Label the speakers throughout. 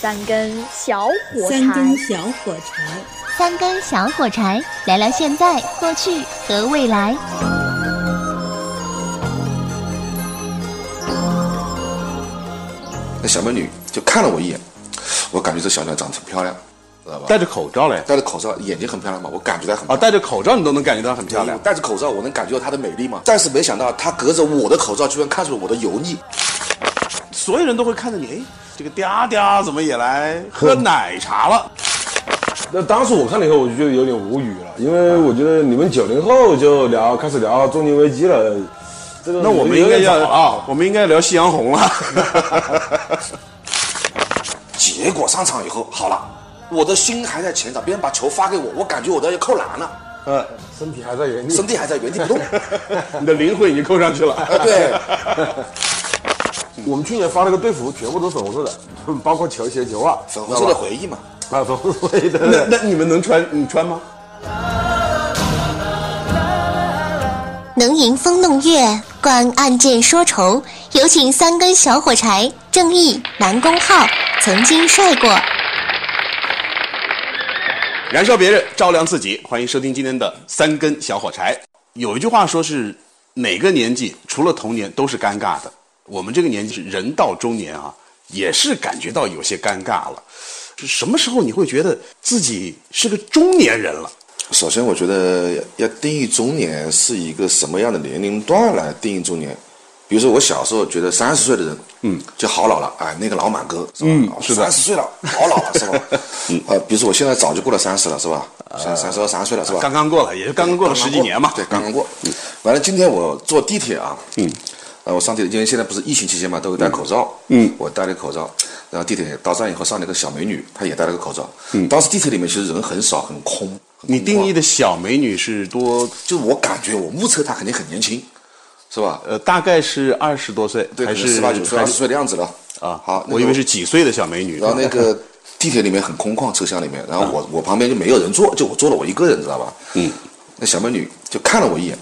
Speaker 1: 三根小火柴，
Speaker 2: 三根小火柴，
Speaker 3: 三根小火柴，聊聊现在、过去和未来。
Speaker 4: 那小美女就看了我一眼，我感觉这小鸟长得很漂亮，知道吧？
Speaker 5: 戴着口罩嘞。
Speaker 4: 戴着口罩，眼睛很漂亮嘛，我感觉她很漂亮。
Speaker 5: 啊，戴着口罩你都能感觉到很漂
Speaker 6: 哎
Speaker 5: 亮。
Speaker 4: 哦戴着口罩，我能感觉到她的美丽嘛？但是没想到，她隔着我的口罩，居然看出了我的油腻。
Speaker 5: 所有人都会看着你，哎，这个嗲嗲怎么也来喝奶茶了？
Speaker 6: 那当时我看了以后，我就觉得有点无语了，因为我觉得你们九零后就聊开始聊中年危机了，这个
Speaker 5: 那我们
Speaker 6: 有
Speaker 5: 应该
Speaker 6: 点早
Speaker 5: 要
Speaker 6: 啊。
Speaker 5: 我们应该聊夕阳红了。
Speaker 4: 结果上场以后，好了，我的心还在前场，别人把球发给我，我感觉我都要扣篮了，
Speaker 5: 呃，
Speaker 6: 身体还在原
Speaker 4: 身体还在原地 不动。
Speaker 5: 你的灵魂已经扣上去了。
Speaker 4: 对，
Speaker 6: 我们去年发了个队服，全部都粉红色的，包括球鞋、球袜，
Speaker 4: 粉红色 的回忆嘛。
Speaker 6: 啊，粉红色的。
Speaker 5: 那那你们能穿？你穿吗？
Speaker 3: 能迎风弄月，观案件说愁。有请三根小火柴，正义南宫浩，曾经帅过。
Speaker 5: 燃烧别人，照亮自己。欢迎收听今天的三根小火柴。有一句话说是哪个年纪，除了童年都是尴尬的。我们这个年纪是人到中年啊，也是感觉到有些尴尬了。是什么时候你会觉得自己是个中年人了？
Speaker 4: 首先，我觉得要定义中年是一个什么样的年龄段来定义中年。比如说，我小时候觉得三十岁的人，嗯，就好老了，哎，那个老满哥，是吧？嗯
Speaker 5: 是的
Speaker 4: 三十岁了，好老了，是 吧？嗯，呃，比如说我现在早就过了三十了，是吧？三三十二、三十岁了，是吧？
Speaker 5: 呃刚刚过了，也就刚刚过了十几年嘛。嗯
Speaker 4: 对，刚刚过。嗯完了，今天我坐地铁啊，嗯，呃，我上地铁，因为现在不是疫情期间嘛，都会戴口罩，嗯，我戴了个口罩，然后地铁到站以后上了一个小美女，她也戴了个口罩，嗯，当时地铁里面其实人很少，很空。很
Speaker 5: 你定义
Speaker 4: 空旷
Speaker 5: 的小美女是多
Speaker 4: 就是我感觉，我目测她肯定很年轻，是吧？
Speaker 5: 呃，大概是二十多岁，
Speaker 4: 对，
Speaker 5: 还是
Speaker 4: 十八九岁、二
Speaker 5: 还
Speaker 4: 十
Speaker 5: 是
Speaker 4: 岁的样子了
Speaker 5: 啊？
Speaker 4: 好，那
Speaker 5: 我以
Speaker 4: 个
Speaker 5: 为是啊几岁的小美女。
Speaker 4: 然后那 个地铁里面很空旷，车厢里面，然后
Speaker 5: 啊
Speaker 4: 我、我旁边就没有人坐，就我坐了我一个人，知道吧？嗯。那小美女就看了我一眼，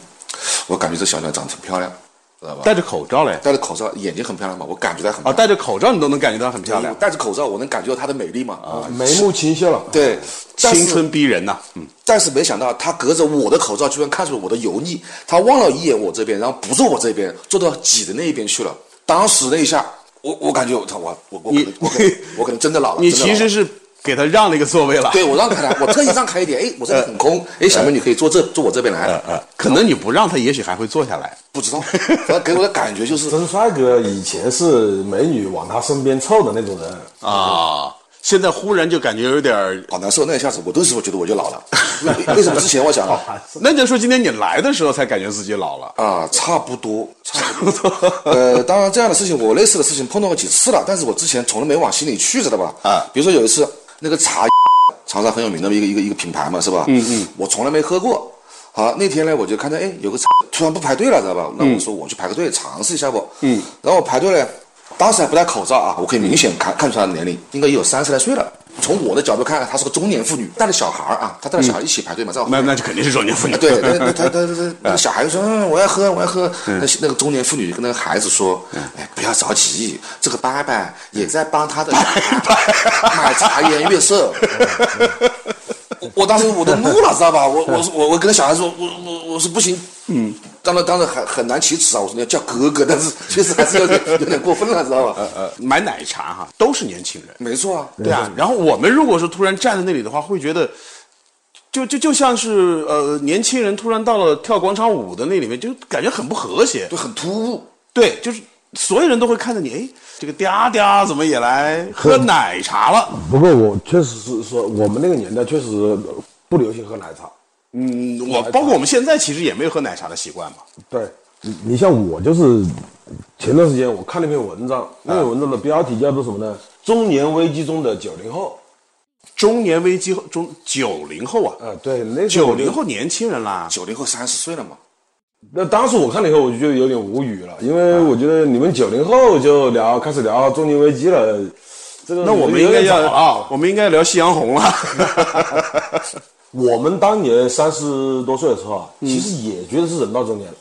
Speaker 4: 我感觉这小鸟长得很漂亮，知道吧？
Speaker 5: 戴着口罩嘞。
Speaker 4: 戴着口罩，眼睛很漂亮嘛，我感觉她很
Speaker 5: 啊，
Speaker 4: 漂亮。
Speaker 5: 戴着口罩你都能感觉到很漂亮
Speaker 4: 我，戴着口罩，我能感觉到她的美丽嘛？啊，
Speaker 6: 眉目清秀了，
Speaker 4: 对。但
Speaker 5: 青
Speaker 4: 是
Speaker 5: 春逼人呐、嗯，
Speaker 4: 但是没想到，她隔着我的口罩，居然看出了我的油腻。她望了一眼我这边，然后不坐我这边，坐到挤的那一边去了。当时那一下，我我感觉我操，我我我可能
Speaker 5: 你
Speaker 4: 我可能我可能真的老了。
Speaker 5: 你
Speaker 4: 真的老
Speaker 5: 其
Speaker 4: 了
Speaker 5: 实是给他让了一个座位了。
Speaker 4: 对我让开了，我特意让开一点，哎，我这里很空，哎，小美女可以坐这坐我这边来，
Speaker 5: 呃，可能你不让他，也许还会坐下来。
Speaker 4: 不知道， 反正给我的感觉就是
Speaker 6: 真帅哥以前是美女往他身边凑的那种人，
Speaker 5: 啊，现在忽然就感觉有点儿。
Speaker 4: 好难受。那一下子，我顿时我觉得我就老了，为为什么之前我 想啊
Speaker 5: 那就说今天你来的时候才感觉自己老了。
Speaker 4: 啊，差不多，差不多。呃，当然这样的事情，我类似的事情碰到过几次了，但是我之前从来没往心里去，知道吧？
Speaker 5: 啊
Speaker 4: 比如说有一次那个茶，长沙很有名的一个一个一个品牌嘛，是吧？嗯嗯，我从来没喝过。好，那天呢，我就看见哎有个茶突然不排队了，知道吧？那我说我去排个队尝试一下不？嗯，然后我排队呢，当时还不戴口罩啊，我可以明显看看出她的年龄，应该也有三十来岁了。从我的角度看，她是个中年妇女，带着小孩儿啊，她带着小孩一起排队嘛，在我后
Speaker 5: 那
Speaker 4: 面
Speaker 5: 那就肯定是中年妇女。
Speaker 4: 啊对，那那他他他那个小孩子说，嗯，我要喝，我要喝。那那个中年妇女跟那个孩子说，哎，不要着急，这个爸爸也在帮他的小孩买茶颜悦色。嗯我我当时我都怒了，知道吧？我我我我跟那小孩说，我我我说不行，嗯，当然当然很很难启齿啊，我说你要叫哥哥，但是确实还是有点有点过分了，知道吧？
Speaker 5: 呃，买奶茶哈，都是年轻人。
Speaker 4: 没错啊，
Speaker 5: 对啊，然后我们如果说突然站在那里的话，会觉得，就就就像是呃年轻人突然到了跳广场舞的那里面，就感觉很不和谐
Speaker 4: 就。很突兀。
Speaker 5: 对，就是所有人都会看着你，哎，这个嗲嗲怎么也来喝奶茶了？
Speaker 6: 不过我确实是说，我们那个年代确实不流行喝奶茶。
Speaker 5: 嗯，我包括我们现在其实也没有喝奶茶的习惯嘛。
Speaker 6: 对，你你像我就是前段时间我看了一篇文
Speaker 5: 啊
Speaker 6: 章，那篇文章的标题叫做什么呢？中年危机中的九零后。
Speaker 5: 中年危机后中九零后啊，
Speaker 6: 啊，对，那时候
Speaker 5: 九零后年轻人啦，
Speaker 4: 九零后三十岁了嘛，
Speaker 6: 那当时我看了以后，我就觉得有点无语了，因
Speaker 5: 啊
Speaker 6: 为我觉得你们九零后就聊开始聊中年危机了，这个
Speaker 5: 那我们
Speaker 6: 有
Speaker 5: 应该
Speaker 6: 点早
Speaker 5: 要
Speaker 6: 了
Speaker 5: 啊，我们应该聊夕阳红了。嗯
Speaker 6: 我们当年三十多岁的时候啊，其实也觉得是人到中年了。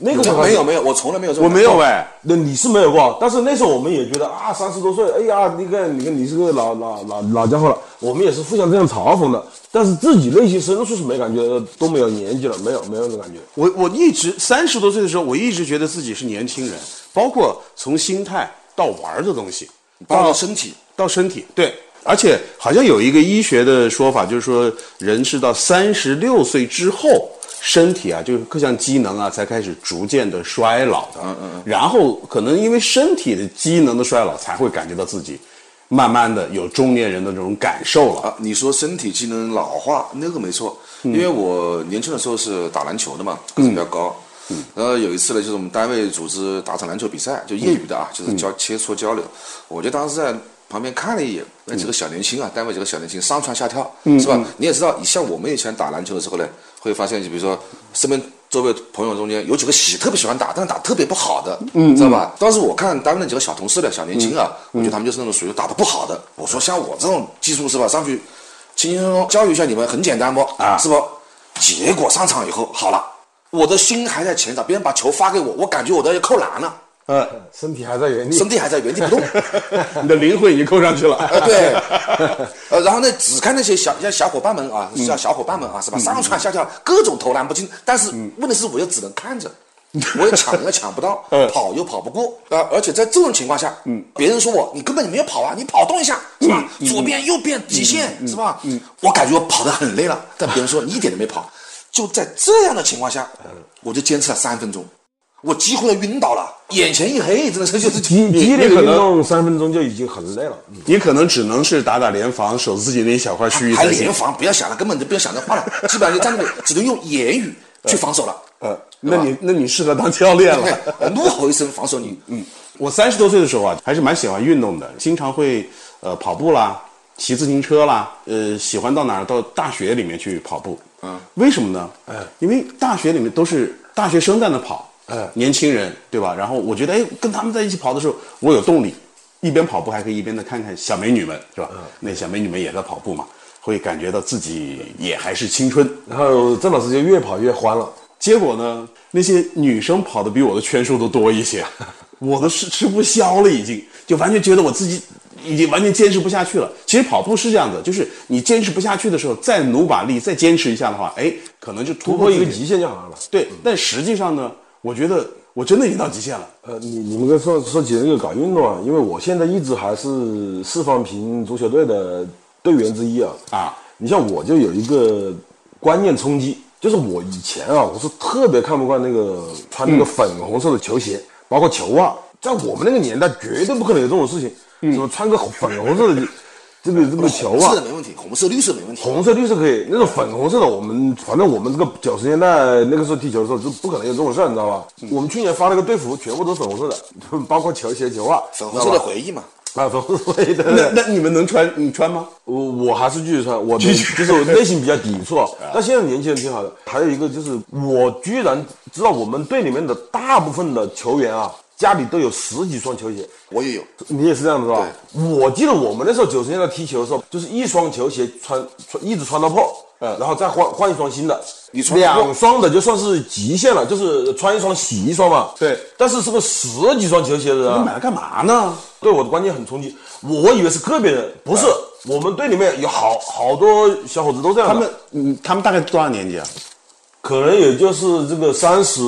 Speaker 6: 那个我
Speaker 4: 没有没有，我从来没有这种
Speaker 5: 我没有
Speaker 4: 感
Speaker 5: 哎，
Speaker 6: 那你是没有过，但是那时候我们也觉得啊，三十多岁，哎呀，你看，你看，你是个老老老老家伙了，我们也是互相这样嘲讽的，但是自己内心深处是没感觉的，都没有年纪了，没有没有那种感觉。
Speaker 5: 我我一直三十多岁的时候，我一直觉得自己是年轻人，包括从心态到玩儿的东西，
Speaker 4: 觉，包括身体，
Speaker 5: 到身体，对，而且好像有一个医学的说法，就是说人是到三十六岁之后，身体啊，就是各项机能啊，才开始逐渐的衰老的。嗯嗯。然后可能因为身体的机能的衰老，才会感觉到自己慢慢的有中年人的这种感受了。
Speaker 4: 啊，你说身体机能老化那个没错，因为我年轻的时候是打篮球的嘛，个子比较高。然后呃有一次呢，就是我们单位组织打场篮球比赛，就业余的啊，就是交切磋交流。我就当时在旁边看了一眼，那几个小年轻啊，单位几个小年轻上蹿下跳，是吧？你也知道，像我们以前打篮球的时候呢，会发现，就比如说身边周围朋友中间有几个喜特别喜欢打，但是打特别不好的，知道吧？当时我看单位那几个小同事呢，小年轻啊，我觉得他们就是那种属于打得不好的。我说像我这种技术是吧，上去轻轻松松教育一下你们，很简单不？
Speaker 5: 啊
Speaker 4: 是不？结果上场以后，好了，我的心还在前场，别人把球发给我，我感觉我都要扣篮了，
Speaker 5: 呃，
Speaker 6: 身体还在原地，
Speaker 4: 身体还在原地不动。
Speaker 5: 你的灵魂已经扣上去了。
Speaker 4: 呃，对， 呃，然后呢，只看那些小像小伙伴们
Speaker 5: 嗯
Speaker 4: 啊，像小伙伴们啊，是吧？上蹿下跳，各种投篮不进，但是
Speaker 5: 嗯
Speaker 4: 问题是我又只能看着，我又抢又抢不 到，
Speaker 5: 嗯
Speaker 4: 跑又跑不过啊！而且在这种情况下，嗯，别人说我你根本就没有跑啊，你跑动一下
Speaker 5: 嗯
Speaker 4: 是吧？左边右边极限是吧？我感觉我跑得很累了，但别人说你一点都没跑。就在这样的情况下，
Speaker 5: 嗯
Speaker 4: 我就坚持了三分钟，我几乎要晕倒了，眼前一黑，真的是就是
Speaker 6: 激
Speaker 5: 你
Speaker 6: 激烈
Speaker 5: 你可
Speaker 6: 的运
Speaker 5: 能
Speaker 6: 动三分钟就已经很累了。
Speaker 5: 你可能只能是打打联防，守自己那一小块区域
Speaker 4: 还
Speaker 5: 才行
Speaker 4: 联。防，不要想了，根本就不要想这话 了，基本上就在那里，只能用言语去防守了。呃
Speaker 5: 呃，那你那你适合当教
Speaker 6: 啊
Speaker 5: 练了。
Speaker 4: 怒吼一声防守你，嗯，
Speaker 5: 我三十多岁的时候啊，还是蛮喜欢运动的，经常会呃跑步啦，骑自行车啦，呃，喜欢到哪儿到大学里面去跑步。嗯，为什么呢？哎，因为大学里面都是大学生在那跑，
Speaker 6: 哎
Speaker 5: 年轻人对吧？然后我觉得，哎，跟他们在一起跑的时候，我有动力，一边跑步还可以一边的看看小美女们，是吧？那小美女们也在跑步嘛，会感觉到自己也还是青春。
Speaker 6: 然后郑老师就越跑越欢了，
Speaker 5: 结果呢，那些女生跑的比我的圈数都多一些， 我都吃吃不消了，已经就完全觉得我自己已经完全坚持不下去了。其实跑步是这样的，就是你坚持不下去的时候，再努把力，再坚持一下的话，哎，可能就突
Speaker 6: 突破
Speaker 5: 破
Speaker 6: 一个
Speaker 5: 自己嗯
Speaker 6: 极限就好了。
Speaker 5: 对，但实际上呢，我觉得我真的已经到极限了。
Speaker 6: 呃，你你们跟说说起这个搞运动啊，因为我现在一直还是四方坪足球队的队员之一啊。
Speaker 5: 啊，
Speaker 6: 你像我就有一个观念冲击，就是我以前啊，我是特别看不惯那个穿那个粉红色的球鞋，包括球袜，在我们那个年代绝对不可能有这种事情，什么穿个粉红色的这个这个球啊
Speaker 4: 红
Speaker 6: 袜
Speaker 4: 色的，没问题，红色绿色没问题，
Speaker 6: 红色、绿色可以，那种粉红色的，我们反正我们这个九十年代那个时候踢球的时候，就不可能有这种事儿，你知道吧？我们去年发了个队服，全部都是粉红色的，包括球鞋、球袜，
Speaker 4: 粉红色的回忆嘛。
Speaker 6: 啊，粉红 色的。
Speaker 5: 那那你们能穿你穿吗？
Speaker 6: 我我还是继续穿，我的就是我内心比较抵触 啊。但现在年轻人挺好的，还有一个就是我居然知道我们队里面的大部分的球员啊，家里都有十几双球鞋。
Speaker 4: 我 也有，
Speaker 6: 你也是这样子是吧？我记得我们那时候九十年代踢球的时候，就是一双球鞋穿穿一直穿到破，嗯，然后再换换一双新的。
Speaker 4: 你穿到破
Speaker 6: 两双的就算是极限了，就是穿一双洗一双嘛。
Speaker 5: 对
Speaker 6: 但是是个十几双球鞋的人
Speaker 5: 你
Speaker 6: 啊，
Speaker 5: 买它干嘛呢？
Speaker 6: 对我的观念很冲击。我以为是个别人，不是。我们队里面有好好多小伙子都这
Speaker 5: 嗯
Speaker 6: 样
Speaker 5: 他
Speaker 6: 的，
Speaker 5: 们嗯，他们大概多大年纪啊？
Speaker 6: 可能也就是这个三十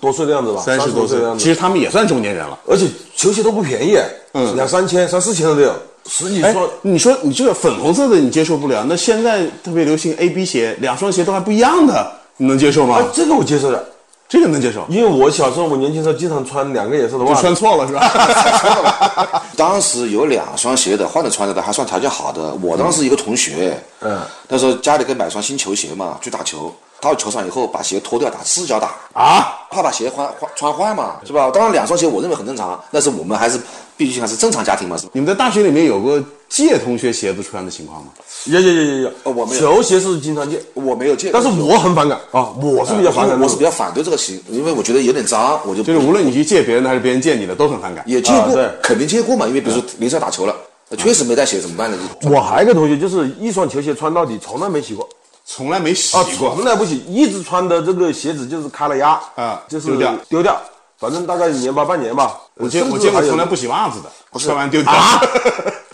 Speaker 6: 多岁的样子吧，
Speaker 5: 三十多
Speaker 6: 多
Speaker 5: 岁
Speaker 6: 的，样
Speaker 5: 其
Speaker 6: 子。
Speaker 5: 实他们也算中年人了。
Speaker 6: 而且球鞋都不便宜，嗯，两三千、三四千的都有，十几
Speaker 5: 哎
Speaker 6: 双。，
Speaker 5: 你说你这个粉红色的你接受不了，那现在特别流行 A B 鞋，两双鞋都还不一样的，你能接受吗？
Speaker 6: 啊，这个我接受的，
Speaker 5: 这个能接受，
Speaker 6: 因为我小时候我年轻时候经常穿两个颜色的袜
Speaker 5: 就
Speaker 6: 子，
Speaker 5: 穿错了是吧？
Speaker 4: 当时有两双鞋的，换着穿着的，还算条件好的。我当时一个同学，
Speaker 6: 嗯，
Speaker 4: 那时候家里给买双新球鞋嘛，去打球。到球场以后，把鞋脱掉打赤脚打，
Speaker 5: 啊，
Speaker 4: 怕把鞋换换穿坏嘛，
Speaker 6: 嗯
Speaker 4: 是吧？当然两双鞋我认为很正常，但是我们还是毕竟还是正常家庭嘛，是吧？
Speaker 5: 你们在大学里面有过借同学鞋子穿的情况吗？
Speaker 6: 有有有有有，
Speaker 4: 哦我没有
Speaker 6: 球鞋是经常见，
Speaker 4: 我没有见过，
Speaker 6: 但是我很反感啊，我是比较反感的，
Speaker 4: 我是比较反对这个行，因为我觉得有点脏，我就
Speaker 5: 就是无论你去借别人的还是别人借你的，都很反感。
Speaker 4: 也借
Speaker 6: 啊
Speaker 4: 过
Speaker 6: 对，
Speaker 4: 肯定借过嘛，因为比如说联赛打球了，确实没带鞋怎么办呢？
Speaker 6: 我还有一个同学就是一双球鞋穿到底，从来没洗过，
Speaker 5: 从来没洗
Speaker 6: 啊，
Speaker 5: 过
Speaker 6: 从。来不洗，一直穿的这个鞋子就是开了压
Speaker 5: 啊
Speaker 6: 就是
Speaker 5: 丢掉
Speaker 6: 丢掉，反正大概一年吧，半年吧。
Speaker 5: 我见
Speaker 6: 甚至
Speaker 5: 我见过
Speaker 6: 还有
Speaker 5: 从来不洗袜子的，穿完丢掉
Speaker 6: 啊，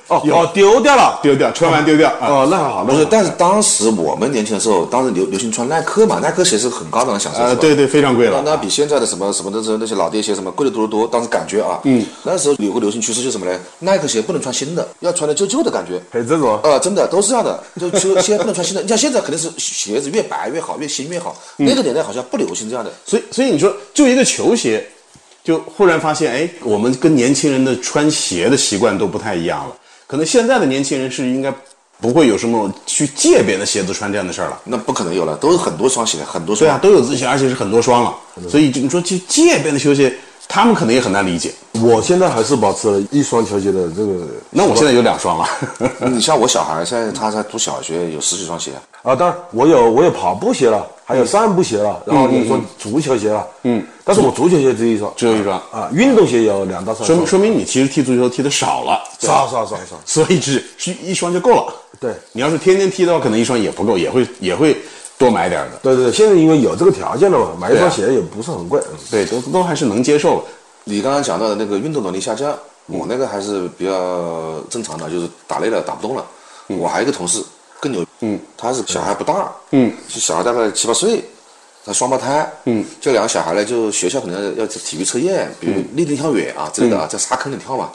Speaker 6: 哦哦丢掉了，
Speaker 5: 丢掉，穿完丢掉啊。
Speaker 6: 哦那还好，
Speaker 4: 不
Speaker 6: 那还
Speaker 4: 是
Speaker 6: 好，
Speaker 4: 但是当时我们年轻的时候，当时流流行穿耐克嘛，耐克鞋是很高档的享受，
Speaker 5: 呃，
Speaker 4: 是吧
Speaker 5: 对对，非常贵
Speaker 4: 那
Speaker 6: 哦
Speaker 5: 了。
Speaker 4: 那比现在的什么什么的这那些老爹鞋什么贵的多得多，当时感觉啊，嗯，那时候有个流行趋势就是什么呢？耐克鞋不能穿新的，要穿的旧旧的感觉。
Speaker 6: 还这种
Speaker 4: 呃，真的都是这样的，就就现在不能穿新的。你像现在肯定是鞋子越白越好，越新越好。那个年代好像不流行这样的。
Speaker 5: 所以所以你说，就一个球鞋，就忽然发现，哎，我们跟年轻人的穿鞋的习惯都不太一样了。可能现在的年轻人是应该不会有什么去借别人的鞋子穿这样的事儿了。
Speaker 4: 那不可能有了，都有很多双鞋，很多
Speaker 5: 对
Speaker 4: 双。
Speaker 5: 啊，都有自己鞋，而且是很多双了。所以就你说去借别人的球鞋，他们可能也很难理解。
Speaker 6: 我现在还是保持了一双球鞋的这个
Speaker 5: 那我现在有两双了。
Speaker 4: 你像我小孩现在他才读小学，有十几双鞋。
Speaker 6: 啊，当然我有我有跑步鞋了，还
Speaker 5: 嗯
Speaker 6: 有散步鞋了，然后有双足球鞋了，嗯，但是我足球鞋只有一双，
Speaker 5: 只有一双
Speaker 6: 啊，运动鞋有两到三
Speaker 5: 说明
Speaker 6: 双，
Speaker 5: 说明你其实踢足球踢的少了，
Speaker 6: 少少少少，
Speaker 5: 所以只是一双就够了。
Speaker 6: 对
Speaker 5: 你要是天天踢的话，可能一双也不够，也会也会多买点儿的。
Speaker 6: 对对，对现在因为有这个条件了嘛，买一
Speaker 5: 对啊
Speaker 6: 双鞋也不是很贵，嗯
Speaker 5: 对，都都还是能接受了。
Speaker 4: 你刚刚讲到的那个运动能力下降，我那个还是比较正常的，就是打累了打不动了。我还有一个同事更牛，嗯，他是小孩不大，嗯，小孩大概七八岁，他双胞胎，嗯，这两个小孩呢，就学校可能要体育测验，比如立定跳远啊之类
Speaker 5: 嗯
Speaker 4: 的啊，在沙坑里跳嘛。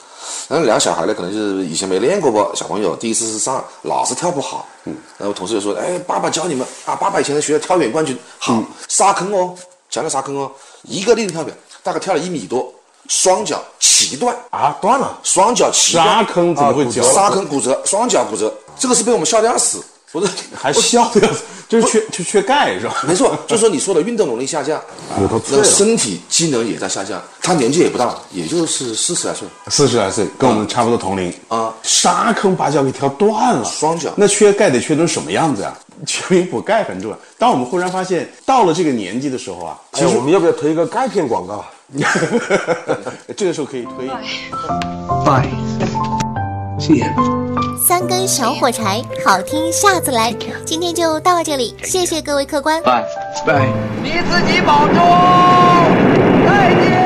Speaker 4: 然后两个小孩呢，可能就是以前没练过吧，小朋友第一次是上，老是跳不好。嗯，然后同事就说：“哎，爸爸教你们啊，爸爸以前在学校跳远冠军，好、
Speaker 5: 嗯
Speaker 4: 沙坑哦，全是沙坑哦，一个立定跳远，大概跳了一米多，双脚齐断，
Speaker 6: 啊，断了，
Speaker 4: 双脚齐断，
Speaker 5: 沙坑怎么会教？
Speaker 4: 沙坑骨折，双脚骨折，这个是被我们笑得要死。我说
Speaker 5: 还笑的， 就是缺就缺钙是吧？
Speaker 4: 没错，就说你说的运动能力下降，
Speaker 6: 骨头脆
Speaker 4: 那
Speaker 6: 了，
Speaker 4: 身体机能也在下降。他年纪也不大，也就是四十来岁，
Speaker 5: 四十来岁，跟我们差不多同龄
Speaker 4: 啊，
Speaker 5: 沙坑把脚给挑断了，
Speaker 4: 双脚
Speaker 5: 那缺钙得缺成什么样子呀、 全民补钙很重要。当我们忽然发现到了这个年纪的时候啊，
Speaker 6: 哎
Speaker 5: 其
Speaker 6: 呀，
Speaker 5: 实
Speaker 6: 我们要不要推一个钙片广告？啊
Speaker 5: 这个时候可以推。
Speaker 2: Bye. See ya.
Speaker 3: 三根小火柴，好听下次来。今天就到这里，谢谢各位客官。
Speaker 2: Bye. Bye.
Speaker 7: 你自己保重，再见。